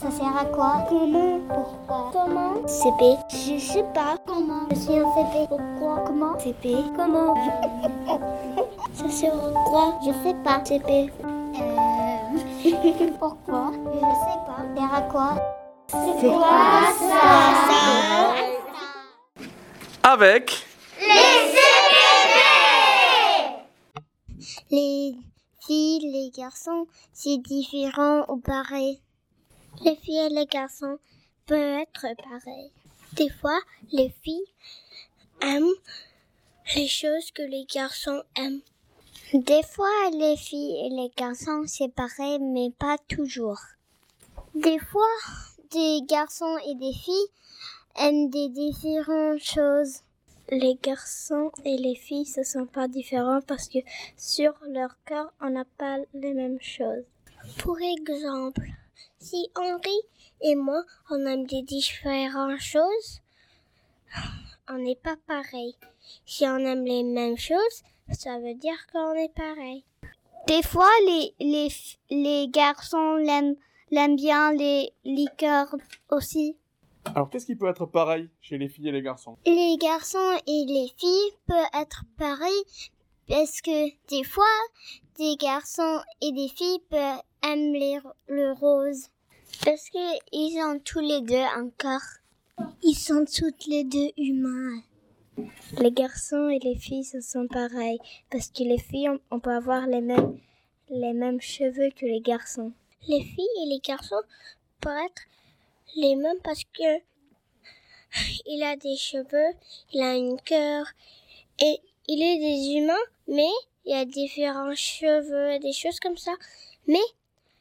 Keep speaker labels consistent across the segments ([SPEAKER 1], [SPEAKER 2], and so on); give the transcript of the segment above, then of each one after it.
[SPEAKER 1] Ça sert à quoi Comment Pourquoi Comment CP Je sais pas. Comment Je suis un CP. Pourquoi Comment CP Comment Ça sert à quoi Je sais pas. CP. Euh... Pourquoi Je sais pas. Ça sert à quoi C'est quoi ça
[SPEAKER 2] avec
[SPEAKER 1] Les filles, les garçons, c'est différent ou pareil. Les filles et les garçons peuvent être pareils. Des fois, les filles aiment les choses que les garçons aiment. Des fois, les filles et les garçons, c'est pareil, mais pas toujours. Des fois, des garçons et des filles aiment des différentes choses. Les garçons et les filles se sont pas différents parce que sur leur cœur, on n'a pas les mêmes choses. Pour exemple, si Henri et moi, on aime des différentes choses, on n'est pas pareil. Si on aime les mêmes choses, ça veut dire qu'on est pareil. Des fois, les, les, les garçons l'aiment, l'aiment bien les liqueurs aussi.
[SPEAKER 2] Alors qu'est-ce qui peut être pareil chez les filles et les garçons
[SPEAKER 1] Les garçons et les filles peuvent être pareils parce que des fois, des garçons et des filles peuvent aimer les- le rose. Parce qu'ils ont tous les deux un corps. Ils sont tous les deux humains. Les garçons et les filles se sont pareils parce que les filles, on, on peut avoir les mêmes, les mêmes cheveux que les garçons. Les filles et les garçons peuvent être les mêmes parce que il a des cheveux, il a une cœur et il est des humains, mais il a différents cheveux, des choses comme ça, mais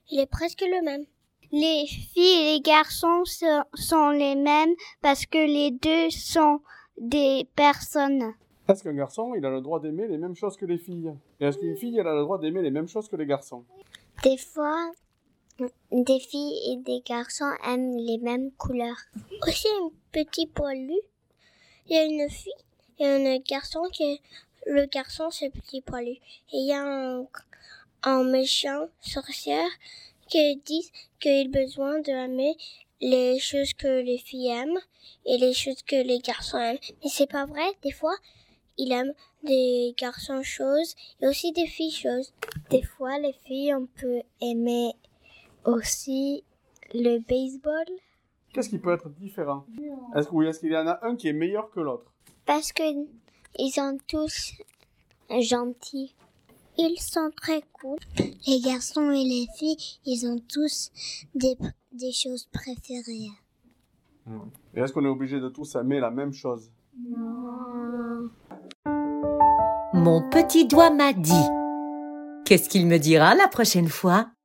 [SPEAKER 1] il est presque le même. Les filles et les garçons se- sont les mêmes parce que les deux sont des personnes.
[SPEAKER 2] Est-ce qu'un garçon, il a le droit d'aimer les mêmes choses que les filles Et est-ce qu'une fille, elle a le droit d'aimer les mêmes choses que les garçons
[SPEAKER 1] Des fois, des filles et des garçons aiment les mêmes couleurs. Aussi, un petit poilu. Il y a une fille et un garçon qui. Le garçon, c'est petit poilu. Et il y a un, un méchant sorcière qui dit qu'il a besoin d'aimer les choses que les filles aiment et les choses que les garçons aiment. Mais c'est pas vrai. Des fois, il aime des garçons choses et aussi des filles choses. Des fois, les filles, on peut aimer aussi le baseball.
[SPEAKER 2] Qu'est-ce qui peut être différent Est-ce ou est-ce qu'il y en a un qui est meilleur que l'autre
[SPEAKER 1] Parce que ils sont tous gentils. Ils sont très cool. Les garçons et les filles, ils ont tous des, des choses préférées.
[SPEAKER 2] Et est-ce qu'on est obligé de tous aimer la même chose
[SPEAKER 3] Mon petit doigt m'a dit. Qu'est-ce qu'il me dira la prochaine fois